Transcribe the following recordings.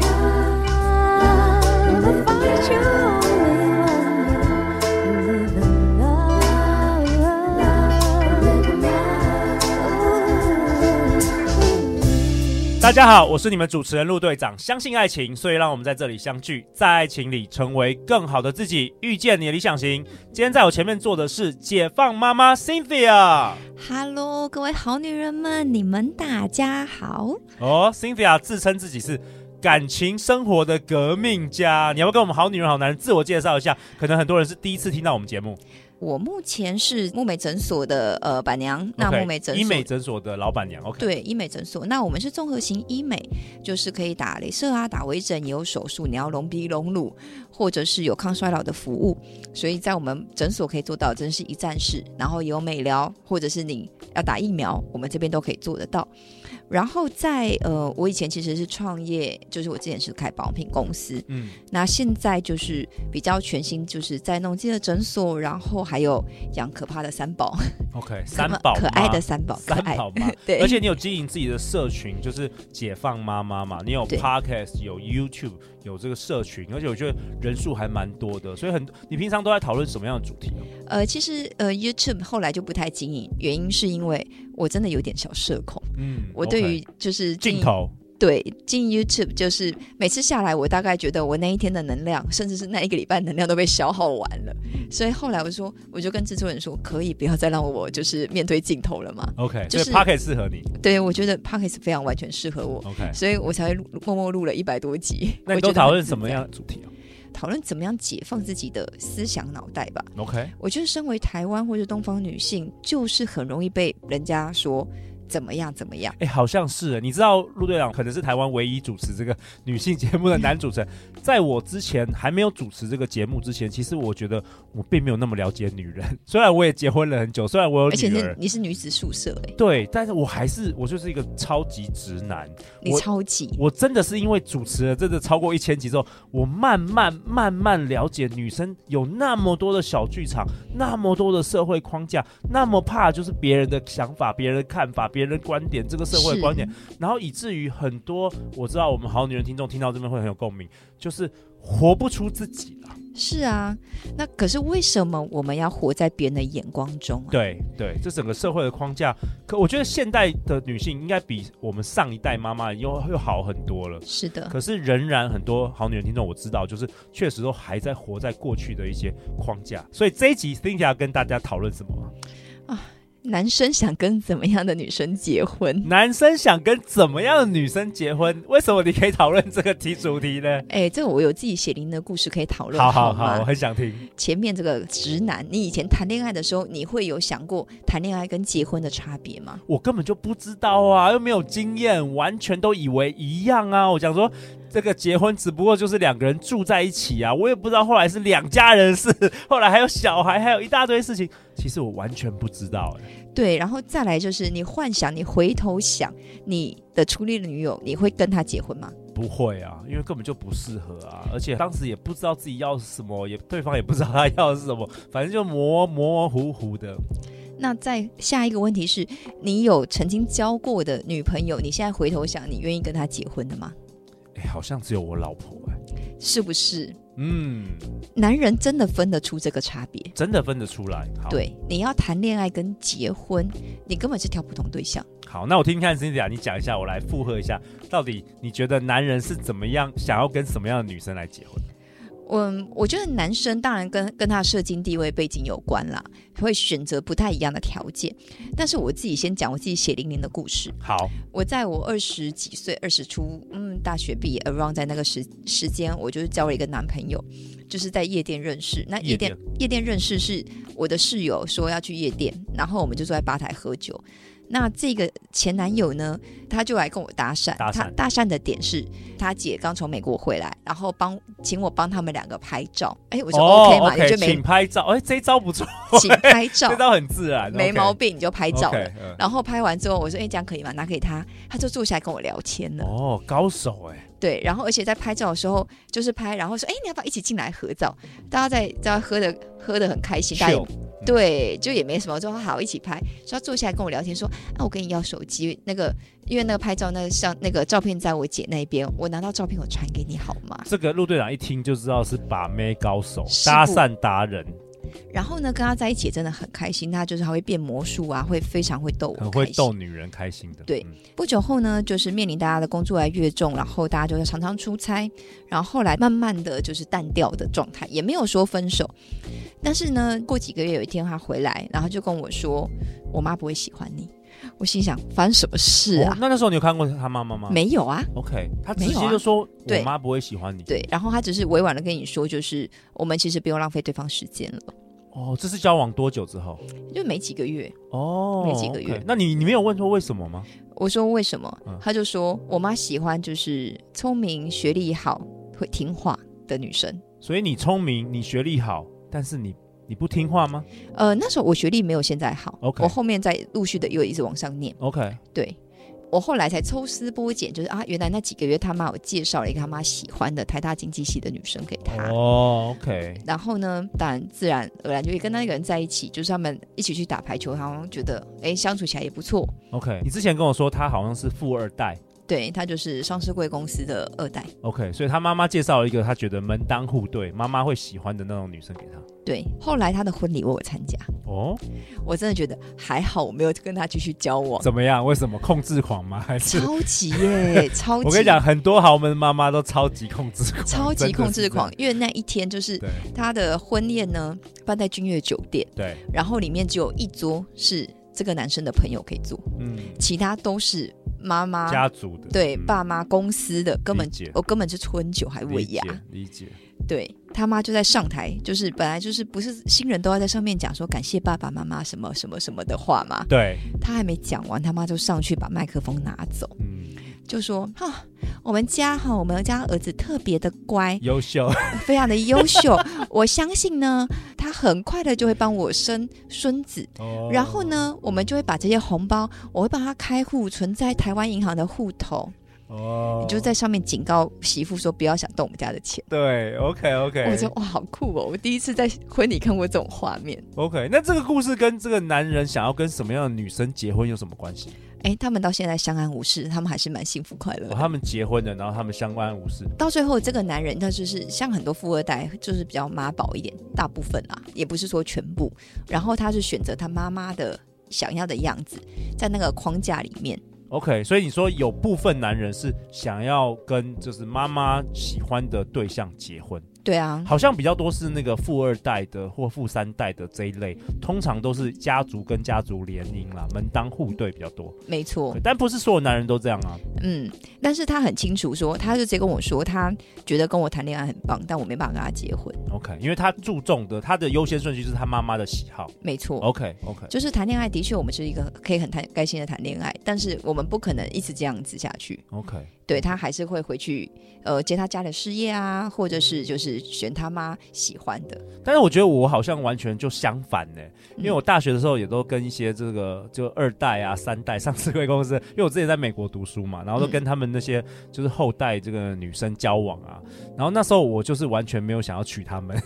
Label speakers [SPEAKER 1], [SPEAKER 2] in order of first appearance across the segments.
[SPEAKER 1] Love, find you only one. Live in love, live in love.
[SPEAKER 2] 大家好，我是你们主持人陆队长。相信爱情，所以让我们在这里相聚，在爱情里成为更好的自己，遇见你的理想型。今天在我前面坐的是解放妈妈 Cynthia。
[SPEAKER 1] Hello，各位好女人们，你们大家好。
[SPEAKER 2] 哦，Cynthia 自称自己是感情生活的革命家，你要不要跟我们好女人好男人自我介绍一下？可能很多人是第一次听到我们节目。
[SPEAKER 3] 我目前是木美诊所的呃板娘，那
[SPEAKER 2] OK，
[SPEAKER 3] 木美诊
[SPEAKER 2] 医
[SPEAKER 3] 所
[SPEAKER 2] 美诊所的老板娘。OK，
[SPEAKER 3] 对医美诊所，那我们是综合型医美，就是可以打镭射啊、打微整，也有手术，你要隆鼻、隆乳，或者是有抗衰老的服务，所以在我们诊所可以做到，真是一站式。然后也有美疗，或者是你要打疫苗，我们这边都可以做得到。然后在呃，我以前其实是创业，就是我之前是开保养品公司，
[SPEAKER 2] 嗯，
[SPEAKER 3] 那现在就是比较全新，就是在弄自己的诊所，然后还有养可怕的三宝，
[SPEAKER 2] OK，三 宝
[SPEAKER 3] 可爱
[SPEAKER 2] 妈
[SPEAKER 3] 的三宝，可
[SPEAKER 2] 三
[SPEAKER 3] 爱
[SPEAKER 2] 宝妈，
[SPEAKER 3] 对，
[SPEAKER 2] 而且你有经营自己的社群，就是解放妈妈嘛，你有
[SPEAKER 3] 对
[SPEAKER 2] podcast，有 YouTube，有这个社群，而且我觉得人数还蛮多的，所以很，你平常都在讨论什么样的主题啊、
[SPEAKER 3] 呃，其实呃，YouTube 后来就不太经营，原因是因为我真的有点小社恐，
[SPEAKER 2] 嗯
[SPEAKER 3] 我对
[SPEAKER 2] OK
[SPEAKER 3] 于就是经
[SPEAKER 2] 镜
[SPEAKER 3] 营
[SPEAKER 2] 头，
[SPEAKER 3] 对进 YouTube 就是每次下来，我大概觉得我那一天的能量，甚至是那一个礼拜能量都被消耗完了，所以后来我说，我就跟制作人说，可以不要再让我就是面对镜头了嘛。
[SPEAKER 2] OK，
[SPEAKER 3] 就
[SPEAKER 2] 所
[SPEAKER 3] 是
[SPEAKER 2] 以 podcast 适合你
[SPEAKER 3] 对，我觉得 Podcast 非常完全适合我。
[SPEAKER 2] ，OK，
[SPEAKER 3] 所以我才录默默录了一百多集。
[SPEAKER 2] 那
[SPEAKER 3] 我
[SPEAKER 2] 你都
[SPEAKER 3] 觉得
[SPEAKER 2] 讨
[SPEAKER 3] 很
[SPEAKER 2] 论
[SPEAKER 3] 自
[SPEAKER 2] 什么
[SPEAKER 3] 在
[SPEAKER 2] 样？的主题啊
[SPEAKER 3] 讨论怎么样解放自己的思想脑袋吧。
[SPEAKER 2] ？OK，
[SPEAKER 3] 我觉得身为台湾或是东方女性，就是很容易被人家说怎么样怎么样。
[SPEAKER 2] 哎、好像是耶，你知道陆队长可能是台湾唯一主持这个女性节目的男主持人。在我之前还没有主持这个节目之前，其实我觉得我并没有那么了解女人。 虽然我也结婚了很久，虽然我有
[SPEAKER 3] 而且
[SPEAKER 2] 女
[SPEAKER 3] 是
[SPEAKER 2] 儿，
[SPEAKER 3] 你是女子宿舍、欸，
[SPEAKER 2] 对，但是我还是我就是一个超级直男。
[SPEAKER 3] 你
[SPEAKER 2] 我
[SPEAKER 3] 超级
[SPEAKER 2] 我真的是因为主持了真的超过一千集之后，我慢慢慢慢了解女生有那么多的小剧场，那么多的社会框架，那么怕就是别人的想法、别人的看法、别人的观点，这个社会观点，然后以至于很多我知道我们好女人听众听到这边会很有共鸣，就是活不出自己了。
[SPEAKER 3] 是啊。那可是为什么我们要活在别人的眼光中啊？
[SPEAKER 2] 对对，这整个社会的框架，可我觉得现代的女性应该比我们上一代妈妈又又好很多了。
[SPEAKER 3] 是的，
[SPEAKER 2] 可是仍然很多好女人听众我知道，就是确实都还在活在过去的一些框架。所以这一集 Cynthia 跟大家讨论什么啊？
[SPEAKER 3] 男生想跟怎么样的女生结婚？
[SPEAKER 2] 男生想跟怎么样的女生结婚？为什么你可以讨论这个题主题呢？
[SPEAKER 3] 哎、这个我有自己写零的故事可以讨论，
[SPEAKER 2] 好好
[SPEAKER 3] 吗
[SPEAKER 2] 好，我很想听。
[SPEAKER 3] 前面这个直男，你以前谈恋爱的时候，你会有想过谈恋爱跟结婚的差别吗？
[SPEAKER 2] 我根本就不知道啊，又没有经验，完全都以为一样啊。我想说，这个结婚只不过就是两个人住在一起啊，我也不知道后来是两家人是， 后来还有小孩，还有一大堆事情。其实我完全不知道、欸。
[SPEAKER 3] 对，然后再来就是你幻想，你回头想你的初恋女友，你会跟她结婚吗？
[SPEAKER 2] 不会啊，因为根本就不适合啊，而且当时也不知道自己要什么，也对方也不知道他要的是什么，反正就模模糊糊的。
[SPEAKER 3] 那再下一个问题是，你有曾经交过的女朋友，你现在回头想，你愿意跟她结婚的吗？
[SPEAKER 2] 哎，好像只有我老婆哎、
[SPEAKER 3] 是不是？
[SPEAKER 2] 嗯，
[SPEAKER 3] 男人真的分得出这个差别？
[SPEAKER 2] 真的分得出来。好，，
[SPEAKER 3] 对，你要谈恋爱跟结婚，你根本是挑不同对象。
[SPEAKER 2] 好，那我听听看 Cindy 你讲一下，我来附和一下，到底你觉得男人是怎么样想要跟什么样的女生来结婚？
[SPEAKER 3] 嗯，我觉得男生当然跟跟他的社经地位背景有关啦，会选择不太一样的条件。但是我自己先讲我自己血淋淋的故事。
[SPEAKER 2] 好，
[SPEAKER 3] 我在我二十几岁、二十出，嗯，大学毕业 around 在那个时时间，我就是交了一个男朋友，就是在夜店认识。那夜店夜店认识是我的室友说要去夜店，然后我们就坐在吧台喝酒。那这个前男友呢，他就来跟我搭讪，
[SPEAKER 2] 搭讪
[SPEAKER 3] 他搭讪的点是他姐刚从美国回来，然后帮请我帮他们两个拍照。哎，我说 OK 嘛，
[SPEAKER 2] o k
[SPEAKER 3] 你就没
[SPEAKER 2] 哦请拍照。哎，这一招不错，
[SPEAKER 3] 请拍照
[SPEAKER 2] 这，招很自然，
[SPEAKER 3] 没毛病，你就拍
[SPEAKER 2] 拍
[SPEAKER 3] 照了。
[SPEAKER 2] 嗯
[SPEAKER 3] 然后拍完之后，我说：“哎、这样可以吗？”拿给他，他就坐下来跟我聊天了。
[SPEAKER 2] 哦，高手哎、
[SPEAKER 3] 对，然后而且在拍照的时候，就是拍，然后说，哎，你要不要一起进来合照？大家在在喝的喝的很开心，大家也
[SPEAKER 2] Chill，嗯
[SPEAKER 3] 对，就也没什么，我说好一起拍。所以他坐下来跟我聊天说，啊，我跟你要手机，那个因为那个拍照那个像那个照片在我姐那边，我拿到照片我传给你好吗？
[SPEAKER 2] 这个陆队长一听就知道是把妹高手、
[SPEAKER 3] 是
[SPEAKER 2] 搭讪达人，
[SPEAKER 3] 然后呢，跟他在一起也真的很开心，他就是还会变魔术啊，会非常会逗我，
[SPEAKER 2] 很会逗。女人开心的。
[SPEAKER 3] 对
[SPEAKER 2] 嗯
[SPEAKER 3] 不久后呢，就是面临大家的工作越来越重，然后大家就是常常出差，然后后来慢慢的就是淡掉的状态，也没有说分手。但是呢，过几个月有一天他回来，然后就跟我说，我妈不会喜欢你。我心想，发生什么事
[SPEAKER 2] 哦
[SPEAKER 3] 啊？
[SPEAKER 2] 那那时候你有看过他妈妈吗？
[SPEAKER 3] 没有啊，
[SPEAKER 2] OK，他直
[SPEAKER 3] 没有
[SPEAKER 2] 接
[SPEAKER 3] 啊
[SPEAKER 2] 就说：“
[SPEAKER 3] 对
[SPEAKER 2] 我妈不会喜欢你。”
[SPEAKER 3] 对。然后他只是委婉的跟你说，就是我们其实不用浪费对方时间了，
[SPEAKER 2] 哦，这是交往多久之后？
[SPEAKER 3] 就没几个月。
[SPEAKER 2] 哦，
[SPEAKER 3] 没几个月
[SPEAKER 2] OK 那你你没有问说为什么吗？
[SPEAKER 3] 我说为什么
[SPEAKER 2] 嗯？
[SPEAKER 3] 他就说我妈喜欢就是聪明、学历好、会听话的女生。
[SPEAKER 2] 所以你聪明，你学历好，但是你你不听话吗
[SPEAKER 3] 呃，那时候我学历没有现在好
[SPEAKER 2] OK
[SPEAKER 3] 我后面再陆续的又一直往上念。
[SPEAKER 2] ？OK，
[SPEAKER 3] 对我后来才抽丝剥茧，就是啊，原来那几个月他妈我介绍了一个他妈喜欢的台大经济系的女生给他。
[SPEAKER 2] 哦，OK，
[SPEAKER 3] 然后呢，当然自然而然就会跟那个人在一起，就是他们一起去打排球，好像觉得哎相处起来也不错。
[SPEAKER 2] OK，你之前跟我说他好像是富二代
[SPEAKER 3] 对他就是上市贵公司的二代，
[SPEAKER 2] ，OK，所以他妈妈介绍了一个他觉得门当户对，妈妈会喜欢的那种女生给他。
[SPEAKER 3] 对。后来他的婚礼我有参加，
[SPEAKER 2] 哦，
[SPEAKER 3] 我真的觉得还好，我没有跟他继续交往。
[SPEAKER 2] 怎么样？为什么控制狂吗？还是
[SPEAKER 3] 超级耶，超 级！
[SPEAKER 2] 我跟你讲，，很多豪门妈妈都超级控制狂，
[SPEAKER 3] 超级控制狂。因为那一天就是
[SPEAKER 2] 真的是这样。
[SPEAKER 3] 他的婚宴呢，办在君悦酒店，
[SPEAKER 2] 对对，
[SPEAKER 3] 然后里面只有一桌是这个男生的朋友可以坐，
[SPEAKER 2] 嗯，
[SPEAKER 3] 其他都是妈妈、
[SPEAKER 2] 家族的
[SPEAKER 3] 啊对
[SPEAKER 2] 嗯
[SPEAKER 3] 爸妈、公司的，根本
[SPEAKER 2] 理解
[SPEAKER 3] 我根本是春酒还尾
[SPEAKER 2] 理
[SPEAKER 3] 牙
[SPEAKER 2] 解。理解。
[SPEAKER 3] 对他妈就在上台，就是本来就是不是新人都要在上面讲说感谢爸爸妈妈什么什么什么的话嘛，
[SPEAKER 2] 对，
[SPEAKER 3] 他还没讲完，他妈就上去把麦克风拿走。
[SPEAKER 2] 嗯，
[SPEAKER 3] 就说哈、我们家哈，我们家儿子特别的乖，
[SPEAKER 2] 优秀，
[SPEAKER 3] 非常的 优秀。我相信呢，他很快的就会帮我生孙子。
[SPEAKER 2] 哦
[SPEAKER 3] 然后呢，我们就会把这些红包，我会帮他开户，存在台湾银行的户头。
[SPEAKER 2] 哦，
[SPEAKER 3] 你就在上面警告媳妇说，不要想动我们家的钱。
[SPEAKER 2] 对，OK
[SPEAKER 3] 我
[SPEAKER 2] OK
[SPEAKER 3] 觉得哇，好酷哦！我第一次在婚礼看过这种画面。
[SPEAKER 2] OK，那这个故事跟这个男人想要跟什么样的女生结婚有什么关系？
[SPEAKER 3] 哎，他们到现在相安无事，他们还是蛮幸福快乐
[SPEAKER 2] 哦
[SPEAKER 3] 的。
[SPEAKER 2] 他们结婚了，然后他们相安无事，
[SPEAKER 3] 到最后，这个男人他就是像很多富二代，就是比较妈宝一点，大部分啦，也不是说全部。然后他是选择他妈妈的想要的样子，在那个框架里面，
[SPEAKER 2] OK，所以你说有部分男人是想要跟就是妈妈喜欢的对象结婚，
[SPEAKER 3] 对啊，
[SPEAKER 2] 好像比较多是那个富二代的或富三代的这一类，通常都是家族跟家族联姻啦，门当户对比较多。
[SPEAKER 3] 没错
[SPEAKER 2] 对，但不是所有男人都这样啊。
[SPEAKER 3] 嗯。但是他很清楚说，他就直接跟我说，他觉得跟我谈恋爱很棒，但我没办法跟他结婚，
[SPEAKER 2] OK，因为他注重的他的优先顺序就是他妈妈的喜好。
[SPEAKER 3] 没错。
[SPEAKER 2] OK OK，
[SPEAKER 3] 就是谈恋爱，的确我们是一个可以很谈开心的谈恋爱，但是我们不可能一直这样子下去。
[SPEAKER 2] OK，
[SPEAKER 3] 对他还是会回去，呃，接他家的事业啊，或者
[SPEAKER 2] 嗯
[SPEAKER 3] 是就是选他妈喜欢的。
[SPEAKER 2] 但是我觉得我好像完全就相反呢、因为
[SPEAKER 3] 嗯
[SPEAKER 2] 我大学的时候也都跟一些这个就二代啊、三代上市贵公司，因为我之前在美国读书嘛，然后都
[SPEAKER 3] 嗯
[SPEAKER 2] 跟他们那些就是后代这个女生交往啊，
[SPEAKER 3] 嗯
[SPEAKER 2] 然后那时候我就是完全没有想要娶她 们，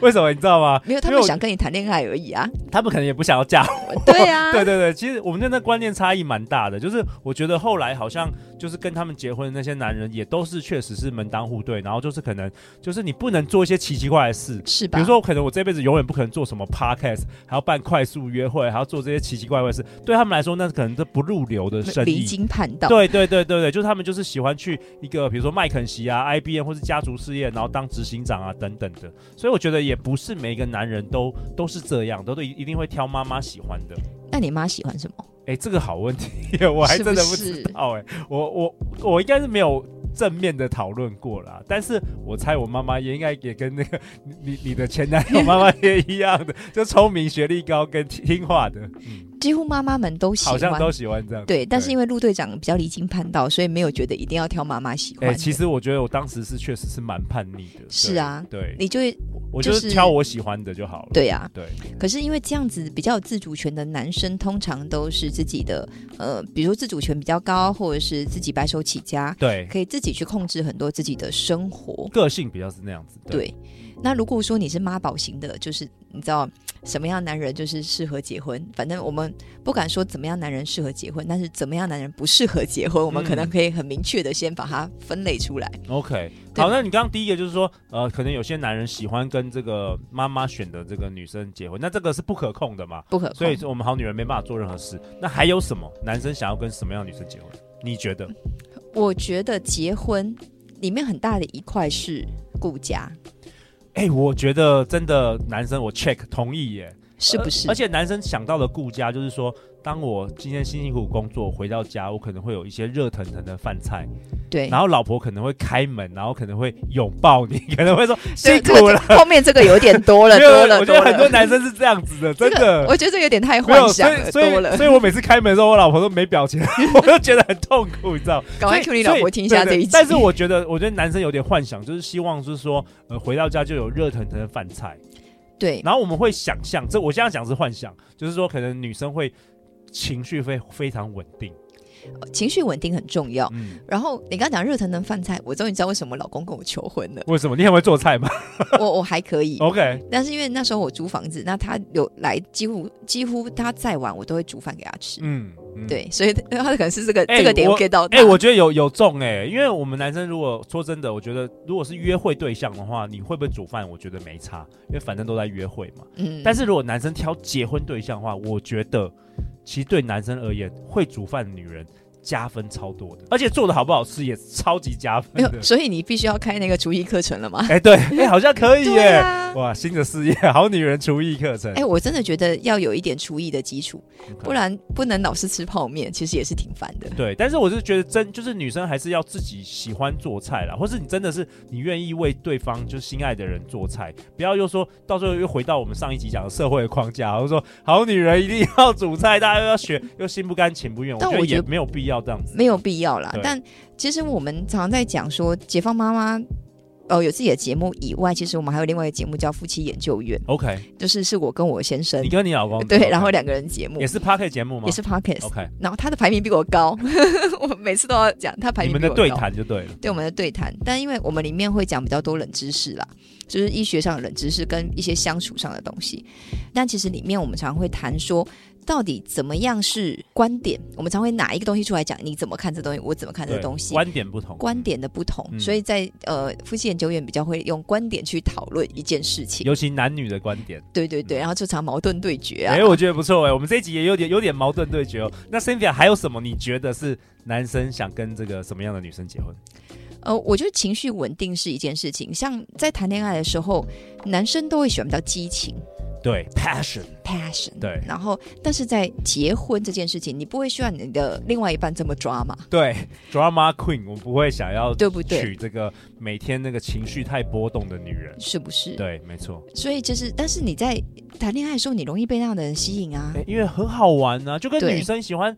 [SPEAKER 2] 为什么你知道吗？
[SPEAKER 3] 没有，他
[SPEAKER 2] 因为
[SPEAKER 3] 们
[SPEAKER 2] 我
[SPEAKER 3] 想跟你谈恋爱 而已啊。
[SPEAKER 2] 他们可能也不想要嫁我。
[SPEAKER 3] 对啊
[SPEAKER 2] 对对对，其实我们真的观念差异蛮大的，就是我觉得后来好像就是跟他们结婚的那些男人也都是确实是门当户对，然后就是可能就是你不能做一些奇奇怪怪的事，
[SPEAKER 3] 是吧？
[SPEAKER 2] 比如说，可能我这辈子永远不可能做什么 podcast，还要办快速约会，还要做这些奇奇怪怪的事，对他们来说，那可能都不入流的生
[SPEAKER 3] 离
[SPEAKER 2] 意。
[SPEAKER 3] 经叛道，
[SPEAKER 2] 对对对对对，就是他们就是喜欢去一个比如说麦肯锡啊、IBM 或是家族事业，然后当执行长啊等等的。所以我觉得也不是每一个男人都都是这样，都都一定会挑妈妈喜欢的。
[SPEAKER 3] 那你妈喜欢什么？
[SPEAKER 2] 哎，这个好问题， 我还真的不知道哎、我我我应该是没有正面的讨论过啦，但是我猜我妈妈也应该也跟那个你你你的前男友妈妈也一样的， 就聪明、学历高跟听话的，
[SPEAKER 3] 几乎妈妈们都喜
[SPEAKER 2] 好像
[SPEAKER 3] 欢，
[SPEAKER 2] 都喜欢这样。
[SPEAKER 3] 对。但是因
[SPEAKER 2] 为
[SPEAKER 3] 为陆队长比较离经叛道，所以没有觉得一定要挑妈妈喜
[SPEAKER 2] 哎、
[SPEAKER 3] 欢的。
[SPEAKER 2] 其实我觉得我当时是确实是蛮叛逆的。对
[SPEAKER 3] 是啊
[SPEAKER 2] 对，
[SPEAKER 3] 你就会
[SPEAKER 2] 我就是
[SPEAKER 3] 就是
[SPEAKER 2] 挑我喜欢的就好了。
[SPEAKER 3] 对啊，
[SPEAKER 2] 对，
[SPEAKER 3] 可是因为这样子比较有自主权的男生，通常都是自己的呃，比如说自主权比较高，或者是自己白手起家，
[SPEAKER 2] 对，
[SPEAKER 3] 可以自己去控制很多自己的生活。
[SPEAKER 2] 个性比较是那样子。
[SPEAKER 3] 对，那如果说你是妈宝型的，就是你知道什么样男人就是适合结婚。反正我们不敢说怎么样男人适合结婚，但是怎么样男人不适合 结婚，我们可能
[SPEAKER 2] 嗯
[SPEAKER 3] 可以很明确的先把它分类出来。
[SPEAKER 2] OK，
[SPEAKER 3] 对
[SPEAKER 2] 好，那你刚刚第一个就是说，呃，可能有些男人喜欢跟这个妈妈选的这个女生结婚，那这个是不可控的嘛，
[SPEAKER 3] 不可控。
[SPEAKER 2] 所以我们好女人没办法做任何事。那还有什么男生想要跟什么样的女生结 婚？你觉得？
[SPEAKER 3] 我觉得结婚里面很大的一块是顾家，
[SPEAKER 2] 哎、我觉得真的男生我 check 同意耶，
[SPEAKER 3] 是不是？
[SPEAKER 2] 呃而而且男生想到的顾家就是说，当我今天辛辛苦苦工作回到家，我可能会有一些热腾腾的饭菜，
[SPEAKER 3] 对，
[SPEAKER 2] 然后老婆可能会开门，然后可能会拥抱你， 可能会说
[SPEAKER 3] 这
[SPEAKER 2] 辛
[SPEAKER 3] 个
[SPEAKER 2] 苦了。
[SPEAKER 3] 这个后面这个有点多 了，
[SPEAKER 2] 没有
[SPEAKER 3] 多了，
[SPEAKER 2] 我觉得
[SPEAKER 3] 多了
[SPEAKER 2] 很多男生是这样子的，
[SPEAKER 3] 这
[SPEAKER 2] 真
[SPEAKER 3] 个
[SPEAKER 2] 的。
[SPEAKER 3] 我觉得这有点太
[SPEAKER 2] 没有，所
[SPEAKER 3] 幻想
[SPEAKER 2] 以
[SPEAKER 3] 了，
[SPEAKER 2] 所
[SPEAKER 3] 多
[SPEAKER 2] 以
[SPEAKER 3] 了。
[SPEAKER 2] 所以我每次开门的时候，我老婆都没表情， 我就觉得很痛苦，你知道？
[SPEAKER 3] 赶快 Q
[SPEAKER 2] 所以
[SPEAKER 3] 你老
[SPEAKER 2] 所
[SPEAKER 3] 婆
[SPEAKER 2] 以
[SPEAKER 3] 听一下
[SPEAKER 2] 对
[SPEAKER 3] 这一
[SPEAKER 2] 对
[SPEAKER 3] 集。
[SPEAKER 2] 但是我觉得，我觉得男生有点幻想，就是希望就是说，呃，回到家就有热腾腾的饭菜，
[SPEAKER 3] 对
[SPEAKER 2] 然后我们会想象，这我现在讲是幻想，就是说可能女生会情绪非非常稳定，
[SPEAKER 3] 情绪稳定很重要。
[SPEAKER 2] 嗯。
[SPEAKER 3] 然后你刚讲热腾腾饭菜，我终于知道为什么老公跟我求婚
[SPEAKER 2] 。
[SPEAKER 3] 了
[SPEAKER 2] 为什么你很会做菜吗
[SPEAKER 3] 我我还可以，
[SPEAKER 2] ？OK，
[SPEAKER 3] 但是因为那时候我租房子，那他有来，几乎几乎他再晚我都会煮饭给他吃。
[SPEAKER 2] 嗯，嗯，
[SPEAKER 3] 对，所以他可能是这个、
[SPEAKER 2] 哎
[SPEAKER 3] 这个点
[SPEAKER 2] 我
[SPEAKER 3] get 到他。
[SPEAKER 2] 哎、我觉得有有中哎、因为我们男生如果说真的，我觉得如果是约会对象的话，你会不会煮饭？我觉得没差，因为反正都在约会嘛。
[SPEAKER 3] 嗯
[SPEAKER 2] 但是如果男生挑结婚对象的话，我觉得其实对男生而言，会煮饭的女人加分超多的，而且做的好不好吃也超级加分
[SPEAKER 3] 没
[SPEAKER 2] 的。
[SPEAKER 3] 有，所以你必须要开那个厨艺课程了吗？
[SPEAKER 2] 哎、 对，哎、好像可以耶！
[SPEAKER 3] 啊。
[SPEAKER 2] 哇，新的事业，好女人厨艺课程。
[SPEAKER 3] 哎、我真的觉得要有一点厨艺的基础，
[SPEAKER 2] OK
[SPEAKER 3] 不然不能老是吃泡面，其实也是挺烦的。
[SPEAKER 2] 对，但是我是觉得真就是女生还是要自己喜欢做菜啦，或是你真的是你愿意为对方就是心爱的人做菜，不要又说到最后又回到我们上一集讲的社会的框架，然后说好女人一定要煮菜，大家又要学，又心不甘情不愿，我
[SPEAKER 3] 但
[SPEAKER 2] 觉得
[SPEAKER 3] 我觉
[SPEAKER 2] 也
[SPEAKER 3] 得
[SPEAKER 2] 没有必要这样子。
[SPEAKER 3] 没有必要啦
[SPEAKER 2] 对。
[SPEAKER 3] 但其实我们常在讲说，解放妈妈。呃，有自己的节目以外，其实我们还有另外一个节目叫《夫妻研究院
[SPEAKER 2] OK，》，
[SPEAKER 3] 就是是我跟我先生
[SPEAKER 2] 你 跟你老公
[SPEAKER 3] 对，
[SPEAKER 2] OK
[SPEAKER 3] 然后两个人节目
[SPEAKER 2] 也是 Park 节目吗？
[SPEAKER 3] 也是 podcast，、
[SPEAKER 2] OK，
[SPEAKER 3] 然后他的排名比我高， 我每次都要讲他排
[SPEAKER 2] 你
[SPEAKER 3] 名
[SPEAKER 2] 们
[SPEAKER 3] 比
[SPEAKER 2] 的
[SPEAKER 3] 我
[SPEAKER 2] 对
[SPEAKER 3] 高。
[SPEAKER 2] 谈就对了。
[SPEAKER 3] 对我们的对谈，但因为我们里面会讲比较多冷知识啦，就是医学上的冷知识跟一些相处上的东西。但其实里面我们常会谈说，到底怎么样是观点，我们常会拿一个东西出来讲，你怎么看这东西，我怎么看这
[SPEAKER 2] 对，
[SPEAKER 3] 东西。
[SPEAKER 2] 观点不同，
[SPEAKER 3] 观点的不同，
[SPEAKER 2] 嗯
[SPEAKER 3] 所以在呃夫妻研究院比较会用观点去讨论一件事情。
[SPEAKER 2] 尤其男女的观点。
[SPEAKER 3] 对对对，然后就常矛盾对决啊。
[SPEAKER 2] 哎、我觉得不错哎、我们这一集也有点有点矛盾对决哦。那 Cynthia 还有什么？你觉得是男生想跟这个什么样的女生结婚？
[SPEAKER 3] 呃，我觉得情绪稳定是一件事情。像在谈恋爱的时候，男生都会喜欢比较激情
[SPEAKER 2] 对，passion，
[SPEAKER 3] （passion）。
[SPEAKER 2] 对
[SPEAKER 3] 然后，但是在结婚这件事情，你不会希望你的另外一半这么抓嘛，
[SPEAKER 2] 对，drama queen，我不会想要
[SPEAKER 3] 对不对？
[SPEAKER 2] 娶这个每天那个情绪太波动的女人。
[SPEAKER 3] 是不是？
[SPEAKER 2] 对，没错，
[SPEAKER 3] 所以就是，但是你在谈恋爱的时候，你容易被那样的人吸引啊。
[SPEAKER 2] 哎因为很好玩啊，就跟
[SPEAKER 3] 对
[SPEAKER 2] 女生喜欢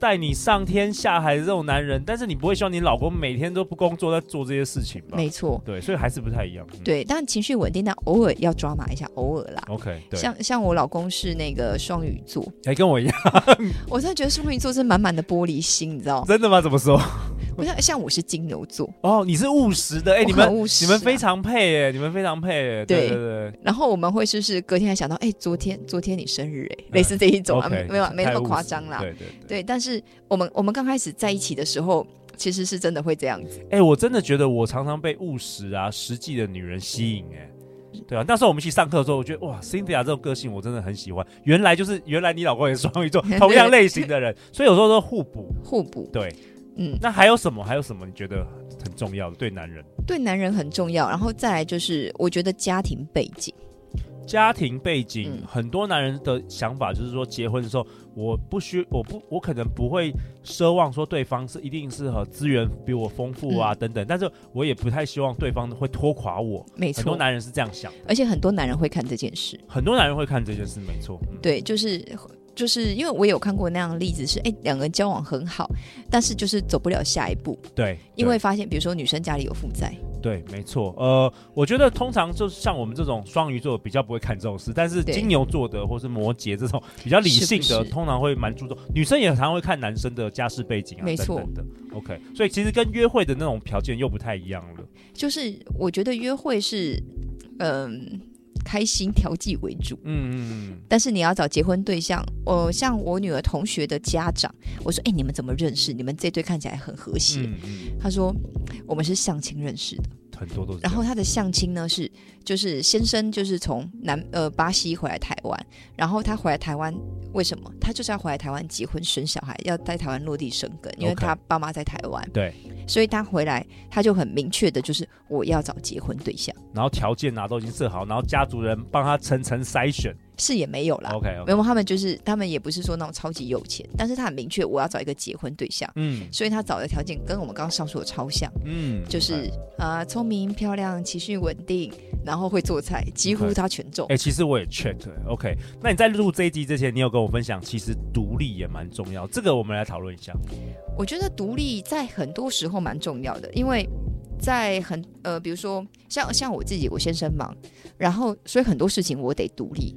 [SPEAKER 2] 带你上天下海的这种男人，但是你不会希望你老公每天都不工作在做这些事情吧？
[SPEAKER 3] 没错，
[SPEAKER 2] 对，所以还是不太一样。嗯、
[SPEAKER 3] 对。但情绪稳定，但偶尔要抓马一下，偶尔啦。
[SPEAKER 2] ，OK，对，
[SPEAKER 3] 像像我老公是那个双鱼座，
[SPEAKER 2] 哎、跟我一样，
[SPEAKER 3] 我真的觉得双鱼座是满满的玻璃心，你知道吗？
[SPEAKER 2] 真的吗？怎么说？
[SPEAKER 3] 不像像我是金牛座，
[SPEAKER 2] 哦，你是务实的，哎、
[SPEAKER 3] 我
[SPEAKER 2] 你
[SPEAKER 3] 很
[SPEAKER 2] 们
[SPEAKER 3] 务实
[SPEAKER 2] 你们非
[SPEAKER 3] 啊
[SPEAKER 2] 常配哎，你们非常配哎，对
[SPEAKER 3] 对
[SPEAKER 2] 对对，
[SPEAKER 3] 然后我们会就是隔天还想到，哎，昨天昨天你生日哎，类似这一种啊，
[SPEAKER 2] 嗯 OK，
[SPEAKER 3] 没有啊没那
[SPEAKER 2] 太务
[SPEAKER 3] 么
[SPEAKER 2] 实
[SPEAKER 3] 夸张啦。
[SPEAKER 2] 对对对。
[SPEAKER 3] 对，但是我们我们刚开始在一起的时候，其实是真的会这样子。
[SPEAKER 2] 哎、我真的觉得我常常被务实啊、实际的女人吸引、哎，对啊，那时候我们去上课的时候，我觉得哇，Cynthia 这种个性我真的很喜欢。原来就是原来你老公也是双 鱼座，同样类型的人，所以有时候都互补。
[SPEAKER 3] 互补，
[SPEAKER 2] 对，
[SPEAKER 3] 嗯，
[SPEAKER 2] 那还有什么？还有什么你觉得很重要的对男人？
[SPEAKER 3] 对男人很重要。然后再来就是，我觉得家庭背景，
[SPEAKER 2] 家庭背景，
[SPEAKER 3] 嗯
[SPEAKER 2] 很多男人的想法就是说，结婚的时候，我不需，我不，我可能不会奢望说对方是一定是和资源比我丰富
[SPEAKER 3] 嗯
[SPEAKER 2] 啊、等等，但是我也不太希望对方会拖垮我。
[SPEAKER 3] 没
[SPEAKER 2] 很多
[SPEAKER 3] 错，
[SPEAKER 2] 男人是这样想，
[SPEAKER 3] 而且很多男人会看这件事。
[SPEAKER 2] 很多男人会看这件事，没错。嗯，
[SPEAKER 3] 对，就是就是因为我有看过那样的例子是，哎，两个人交往很好，但是就是走不了下一步，
[SPEAKER 2] 对，
[SPEAKER 3] 因为发现比如说女生家里有负债，
[SPEAKER 2] 对，对没错。呃，我觉得通常就是像我们这种双鱼座比较不会看这种事，但是
[SPEAKER 3] 对
[SPEAKER 2] 金牛座的或是摩羯这种比较理性的，
[SPEAKER 3] 是不是
[SPEAKER 2] 通常会蛮注重。女生也常常会看男生的家世背景啊，
[SPEAKER 3] 没错
[SPEAKER 2] 等等的。OK，所以其实跟约会的那种条件又不太一样了。
[SPEAKER 3] 就是我觉得约会是，嗯、开心调剂为主。
[SPEAKER 2] 嗯嗯
[SPEAKER 3] 但是你要找结婚对象，呃，像我女儿同学的家长，我说，哎、你们怎么认识？你们这对看起来很和谐。
[SPEAKER 2] 嗯嗯，
[SPEAKER 3] 她说，我们是相亲认识的。
[SPEAKER 2] 很多都是这样。
[SPEAKER 3] 然后他的相亲呢是，就是先生就是从南呃巴西回来台湾，然后他回来台湾为什么？他就是要回来台湾结婚生小孩，要在台湾落地生根，因为
[SPEAKER 2] OK
[SPEAKER 3] 他爸妈在台湾
[SPEAKER 2] 对，
[SPEAKER 3] 所以他回来他就很明确的就是我要找结婚对象，
[SPEAKER 2] 然后条件啊都已经设好，然后家族人帮他层层筛选。
[SPEAKER 3] 是也没有啦。
[SPEAKER 2] OK OK，
[SPEAKER 3] 没有，他们就是他们也不是说那种超级有钱，但是他很明确我要找一个结婚对象，
[SPEAKER 2] 嗯
[SPEAKER 3] 所以他找的条件跟我们刚刚上述的超像。
[SPEAKER 2] 嗯，
[SPEAKER 3] 就是啊，聪、明、漂亮、情绪稳定，然后会做菜，几乎
[SPEAKER 2] OK
[SPEAKER 3] 他全中。
[SPEAKER 2] 哎、其实我也 check 了 OK，那你在录这一集之前，你有跟我分享，其实独立也蛮重要，这个我们来讨论一下。
[SPEAKER 3] 我觉得独立在很多时候蛮重要的，因为在很呃，比如说像像我自己，我先生忙，然后所以很多事情我得独立。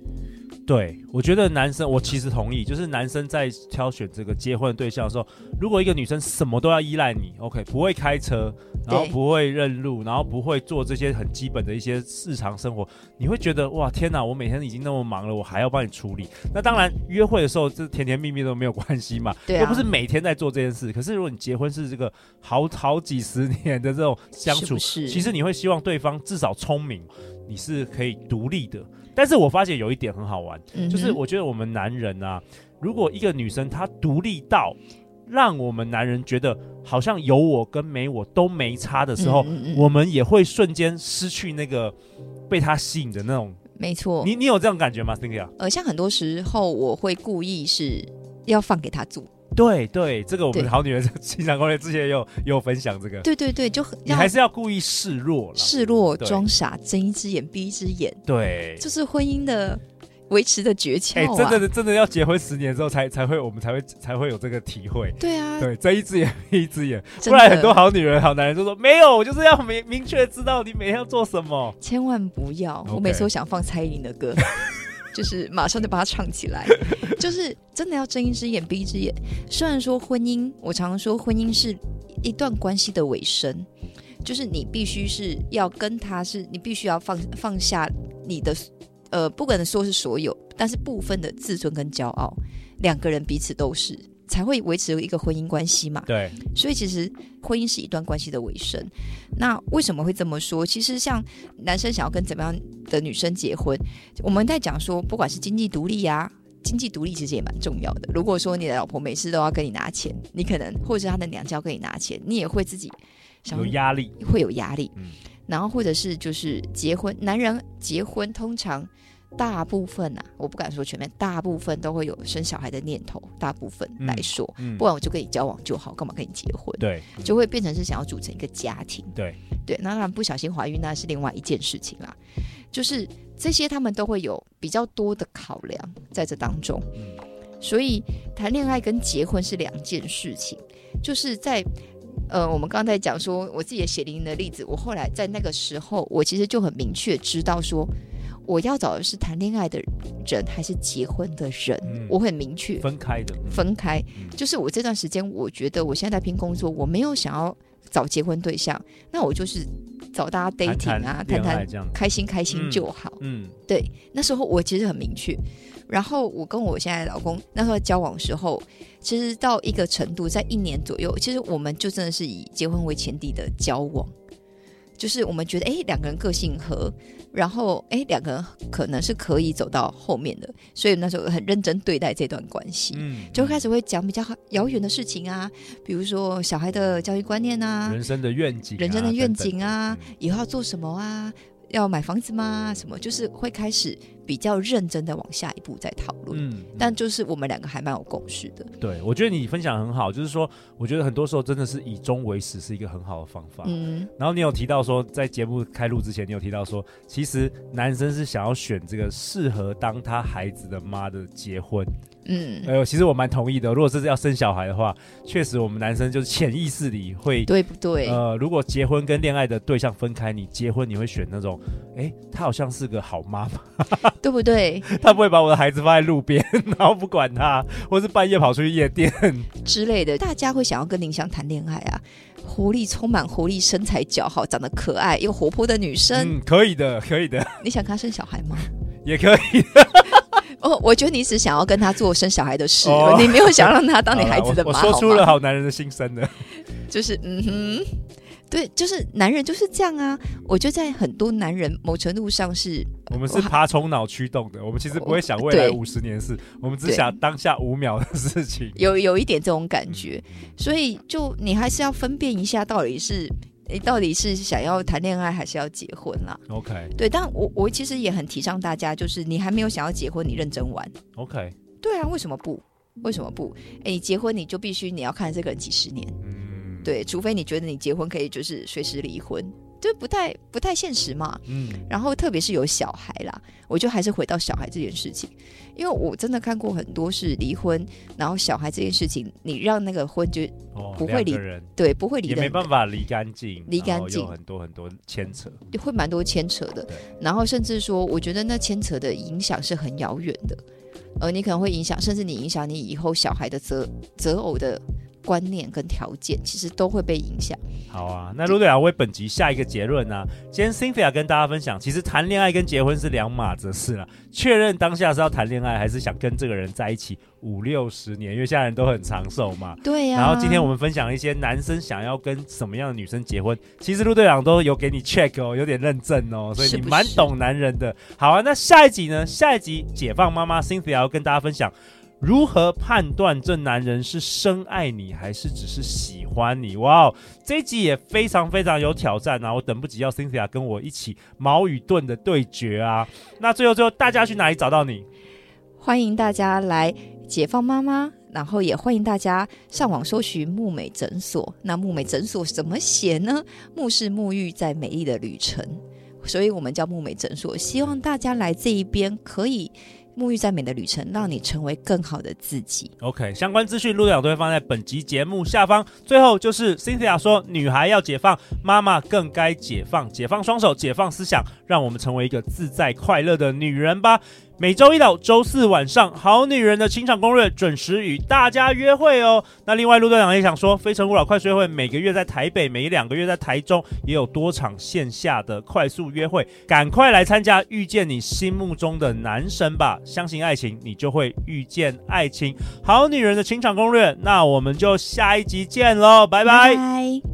[SPEAKER 2] 对，我觉得男生，我其实同意，就是男生在挑选这个结婚的对象的时候，如果一个女生什么都要依赖你，OK，不会开车，然后
[SPEAKER 3] 对
[SPEAKER 2] 不会认路，然后不会做这些很基本的一些日常生活，你会觉得哇，天哪，我每天已经那么忙了，我还要帮你处理。那当然，约会的时候这甜甜蜜蜜都没有关系嘛，
[SPEAKER 3] 对啊
[SPEAKER 2] 又不是每天在做这件事。可是如果你结婚是这个好好几十年的这种相
[SPEAKER 3] 是
[SPEAKER 2] 处
[SPEAKER 3] 不，是
[SPEAKER 2] 其实你会希望对方至少聪明，你是可以独立的。但是我发现有一点很好玩，
[SPEAKER 3] 嗯哼
[SPEAKER 2] 就是我觉得我们男人啊，如果一个女生她独立到让我们男人觉得好像有我跟没我都没差的时候，
[SPEAKER 3] 嗯嗯嗯
[SPEAKER 2] 我们也会瞬间失去那个被她吸引的那种。
[SPEAKER 3] 没错，
[SPEAKER 2] 你你有这种感觉吗 s t i n k y 啊？
[SPEAKER 3] 呃，像很多时候我会故意是要放给他做，
[SPEAKER 2] 对对，这个我们
[SPEAKER 3] 对
[SPEAKER 2] 好女人情感攻略之前也有也有分享这个，
[SPEAKER 3] 对对对，就很
[SPEAKER 2] 嗯你还是要故意示弱了。
[SPEAKER 3] 示弱、
[SPEAKER 2] 对
[SPEAKER 3] 装傻、睁一只眼闭一只眼，
[SPEAKER 2] 对，
[SPEAKER 3] 这是婚姻的维持的诀
[SPEAKER 2] 哎、
[SPEAKER 3] 窍啊。
[SPEAKER 2] 真的真的要结婚十年之后才才会我们才会才会有这个体会。
[SPEAKER 3] 对啊，
[SPEAKER 2] 对，睁一只眼闭一只眼，
[SPEAKER 3] 真
[SPEAKER 2] 不然
[SPEAKER 3] 的
[SPEAKER 2] 很多好女人、好男人就说没有，我就是要明明确知道你每天要做什么。
[SPEAKER 3] 千万不要！
[SPEAKER 2] 哦 OK
[SPEAKER 3] 我每次都想放蔡依林的歌，就是马上就把它唱起来，就是真的要睁一只眼闭一只眼。虽然说婚姻，我常常说婚姻是一段关系的尾声，就是你必须是要跟他是，你必须要放放下你的呃，不管说是所有，但是部分的自尊跟骄傲，两个人彼此都是。才会维持一个婚姻关系嘛，
[SPEAKER 2] 对，
[SPEAKER 3] 所以其实婚姻是一段关系的尾声。那为什么会这么说？其实像男生想要跟怎么样的女生结婚，我们在讲说，不管是经济独立呀、经济独立其实也蛮重要的。如果说你的老婆每次都要跟你拿钱，你可能或者她的娘家要跟你拿钱，你也会自己想
[SPEAKER 2] 有压力。
[SPEAKER 3] 会有压力。
[SPEAKER 2] 嗯
[SPEAKER 3] 然后或者是就是结婚，男人结婚通常大部分啊，我不敢说全面，大部分都会有生小孩的念头，大部分来
[SPEAKER 2] 嗯
[SPEAKER 3] 说。
[SPEAKER 2] 嗯
[SPEAKER 3] 不然我就跟你交往就好，干嘛跟你结婚？
[SPEAKER 2] 对，
[SPEAKER 3] 就会变成是想要组成一个家庭。
[SPEAKER 2] 对
[SPEAKER 3] 对，那当然不小心怀孕那是另外一件事情啦。就是这些他们都会有比较多的考量在这当中，
[SPEAKER 2] 嗯
[SPEAKER 3] 所以谈恋爱跟结婚是两件事情。就是在呃，我们刚才讲说我自己的血淋淋的例子，我后来在那个时候，我其实就很明确知道说。我要找的是谈恋爱的人还是结婚的人？
[SPEAKER 2] 嗯
[SPEAKER 3] 我很明确，
[SPEAKER 2] 分开的。嗯
[SPEAKER 3] 分开
[SPEAKER 2] 嗯。
[SPEAKER 3] 就是我这段时间，我觉得我现在在拼工作，我没有想要找结婚对象，那我就是找大家 dating 啊，
[SPEAKER 2] 谈
[SPEAKER 3] 谈
[SPEAKER 2] 恋爱
[SPEAKER 3] 谈
[SPEAKER 2] 这样。
[SPEAKER 3] 开心开心就好。
[SPEAKER 2] 嗯，
[SPEAKER 3] 对，那时候我其实很明确。然后我跟我现在的老公那时候交往的时候，其实到一个程度，在一年左右，其实我们就真的是以结婚为前提的交往。就是我们觉得，哎，两个人个性合，然后哎，两个人可能是可以走到后面的，所以那时候很认真对待这段关系。
[SPEAKER 2] 嗯
[SPEAKER 3] 就开
[SPEAKER 2] 始
[SPEAKER 3] 始会讲比较遥远的事情啊，比如说小孩的教育观念啊，
[SPEAKER 2] 人生的愿景啊，
[SPEAKER 3] 人生的愿景啊
[SPEAKER 2] 等等，
[SPEAKER 3] 以后要做什么啊，要买房子吗？什么，就是会开始比较认真的往下一步再讨论。
[SPEAKER 2] 嗯，嗯
[SPEAKER 3] 但就是我们两个还蛮有共识的，
[SPEAKER 2] 对，我觉得你分享很好，就是说，我觉得很多时候真的是以终为始是一个很好的方法。
[SPEAKER 3] 嗯，
[SPEAKER 2] 然后你有提到说，在节目开录之前，你有提到说，其实男生是想要选这个适合当他孩子的妈的结婚。
[SPEAKER 3] 嗯，
[SPEAKER 2] 哎呦，其实我蛮同意的。如果这是要生小孩的话，确实我们男生就是潜意识里会，
[SPEAKER 3] 对不对？
[SPEAKER 2] 呃，如果结婚跟恋爱的对象分开，你结婚你会选那种，哎，她好像是个好妈妈，
[SPEAKER 3] 对不对？
[SPEAKER 2] 他不会把我的孩子放在路边，然后不管他，或是半夜跑出去夜店。
[SPEAKER 3] 之类的，大家会想要跟林湘谈恋爱啊。活力充满活力，身材姣好，长得可爱又活泼的女生，
[SPEAKER 2] 嗯，可以的，可以的，
[SPEAKER 3] 你想跟她生小孩吗？
[SPEAKER 2] 也可以。
[SPEAKER 3] 哦，我觉得你只想要跟她做生小孩的事，
[SPEAKER 2] 哦
[SPEAKER 3] 你没有想让她当你
[SPEAKER 2] 好啦
[SPEAKER 3] 孩子的
[SPEAKER 2] 我
[SPEAKER 3] 妈。
[SPEAKER 2] 我说出
[SPEAKER 3] 好吗
[SPEAKER 2] 了好男人的心声的。
[SPEAKER 3] 就是嗯哼，对，就是男人就是这样啊。我觉得在很多男人某程度上是
[SPEAKER 2] 我们是爬虫脑驱动的，我们其实不会想未来
[SPEAKER 3] 对
[SPEAKER 2] 五十年的事，我们只
[SPEAKER 3] 对
[SPEAKER 2] 想当下五秒的事情。
[SPEAKER 3] 有有一点这种感觉，所以就你还是要分辨一下，到底是你到底是想要谈恋爱还是要结婚啦。
[SPEAKER 2] OK
[SPEAKER 3] 对，但我我其实也很提倡大家，就是你还没有想要结婚，你认真玩。
[SPEAKER 2] OK，
[SPEAKER 3] 对啊，为什么不？为什么不？哎，你结婚你就必须你要看这个人几十年，
[SPEAKER 2] 嗯，，
[SPEAKER 3] 对，除非你觉得你结婚可以就是随时离婚，这不太不太现实嘛。
[SPEAKER 2] 嗯，
[SPEAKER 3] 然后特别是有小孩啦，我就还是回到小孩这件事情，因为我真的看过很多是离婚，然后小孩这件事情，你让那个婚就
[SPEAKER 2] 哦，
[SPEAKER 3] 不
[SPEAKER 2] 两个
[SPEAKER 3] 会理
[SPEAKER 2] 人
[SPEAKER 3] 对不会离
[SPEAKER 2] 也
[SPEAKER 3] 的
[SPEAKER 2] 没，办法离干净，
[SPEAKER 3] 离干
[SPEAKER 2] 然后又
[SPEAKER 3] 净
[SPEAKER 2] 很多很多牵扯。
[SPEAKER 3] 会蛮多牵扯的
[SPEAKER 2] 对。
[SPEAKER 3] 然后甚至说，我觉得那牵扯的影响是很遥远的，呃，你可能会影响，甚至你影响你以后小孩的择择偶的观念跟条件，其实都会被影响。
[SPEAKER 2] 好啊，那陆队长为本集下一个结论呢、啊今天 Cynthia 跟大家分享，其实谈恋爱跟结婚是两码子事了。确认当下是要谈恋爱，还是想跟这个人在一起五六十年，因为现在人都很长寿嘛。
[SPEAKER 3] 对呀、
[SPEAKER 2] 然后今天我们分享一些男生想要跟什么样的女生结婚，其实陆队长都有给你 check 哦，有点认证哦，所以
[SPEAKER 3] 是
[SPEAKER 2] 你
[SPEAKER 3] 不
[SPEAKER 2] 蛮
[SPEAKER 3] 是
[SPEAKER 2] 懂男人的。好啊，那下一集呢？下一集解放妈妈 Cynthia 要跟大家分享如何判断这男人是深爱你还是只是喜欢你。哇哦，这一集也非常非常有挑战啊！我等不及要 Cynthia 跟我一起矛与盾的对决啊！那最后最后大家去哪里找到你？
[SPEAKER 3] 欢迎大家来解放妈妈，然后也欢迎大家上网搜寻木美诊所。那木美诊所怎么写呢？木是沐浴在美丽的旅程，所以我们叫木美诊所。希望大家来这一边可以沐浴在美的旅程，让你成为更好的自己。
[SPEAKER 2] OK，相关资讯陆队长都会放在本集节目下方。最后就是 Cynthia 说：“女孩要解放，妈妈更该解放，解放双手，解放思想，让我们成为一个自在快乐的女人吧。”每周一到周四晚上，《好女人的情场攻略》准时与大家约会哦。那另外，陆队长也想说，《非诚勿扰》快速约会每个月在台北，每两个月在台中也有多场线下的快速约会，赶快来参加，遇见你心目中的男神吧！相信爱情，你就会遇见爱情。好女人的情场攻略，那我们就下一集见喽，拜拜。
[SPEAKER 1] 拜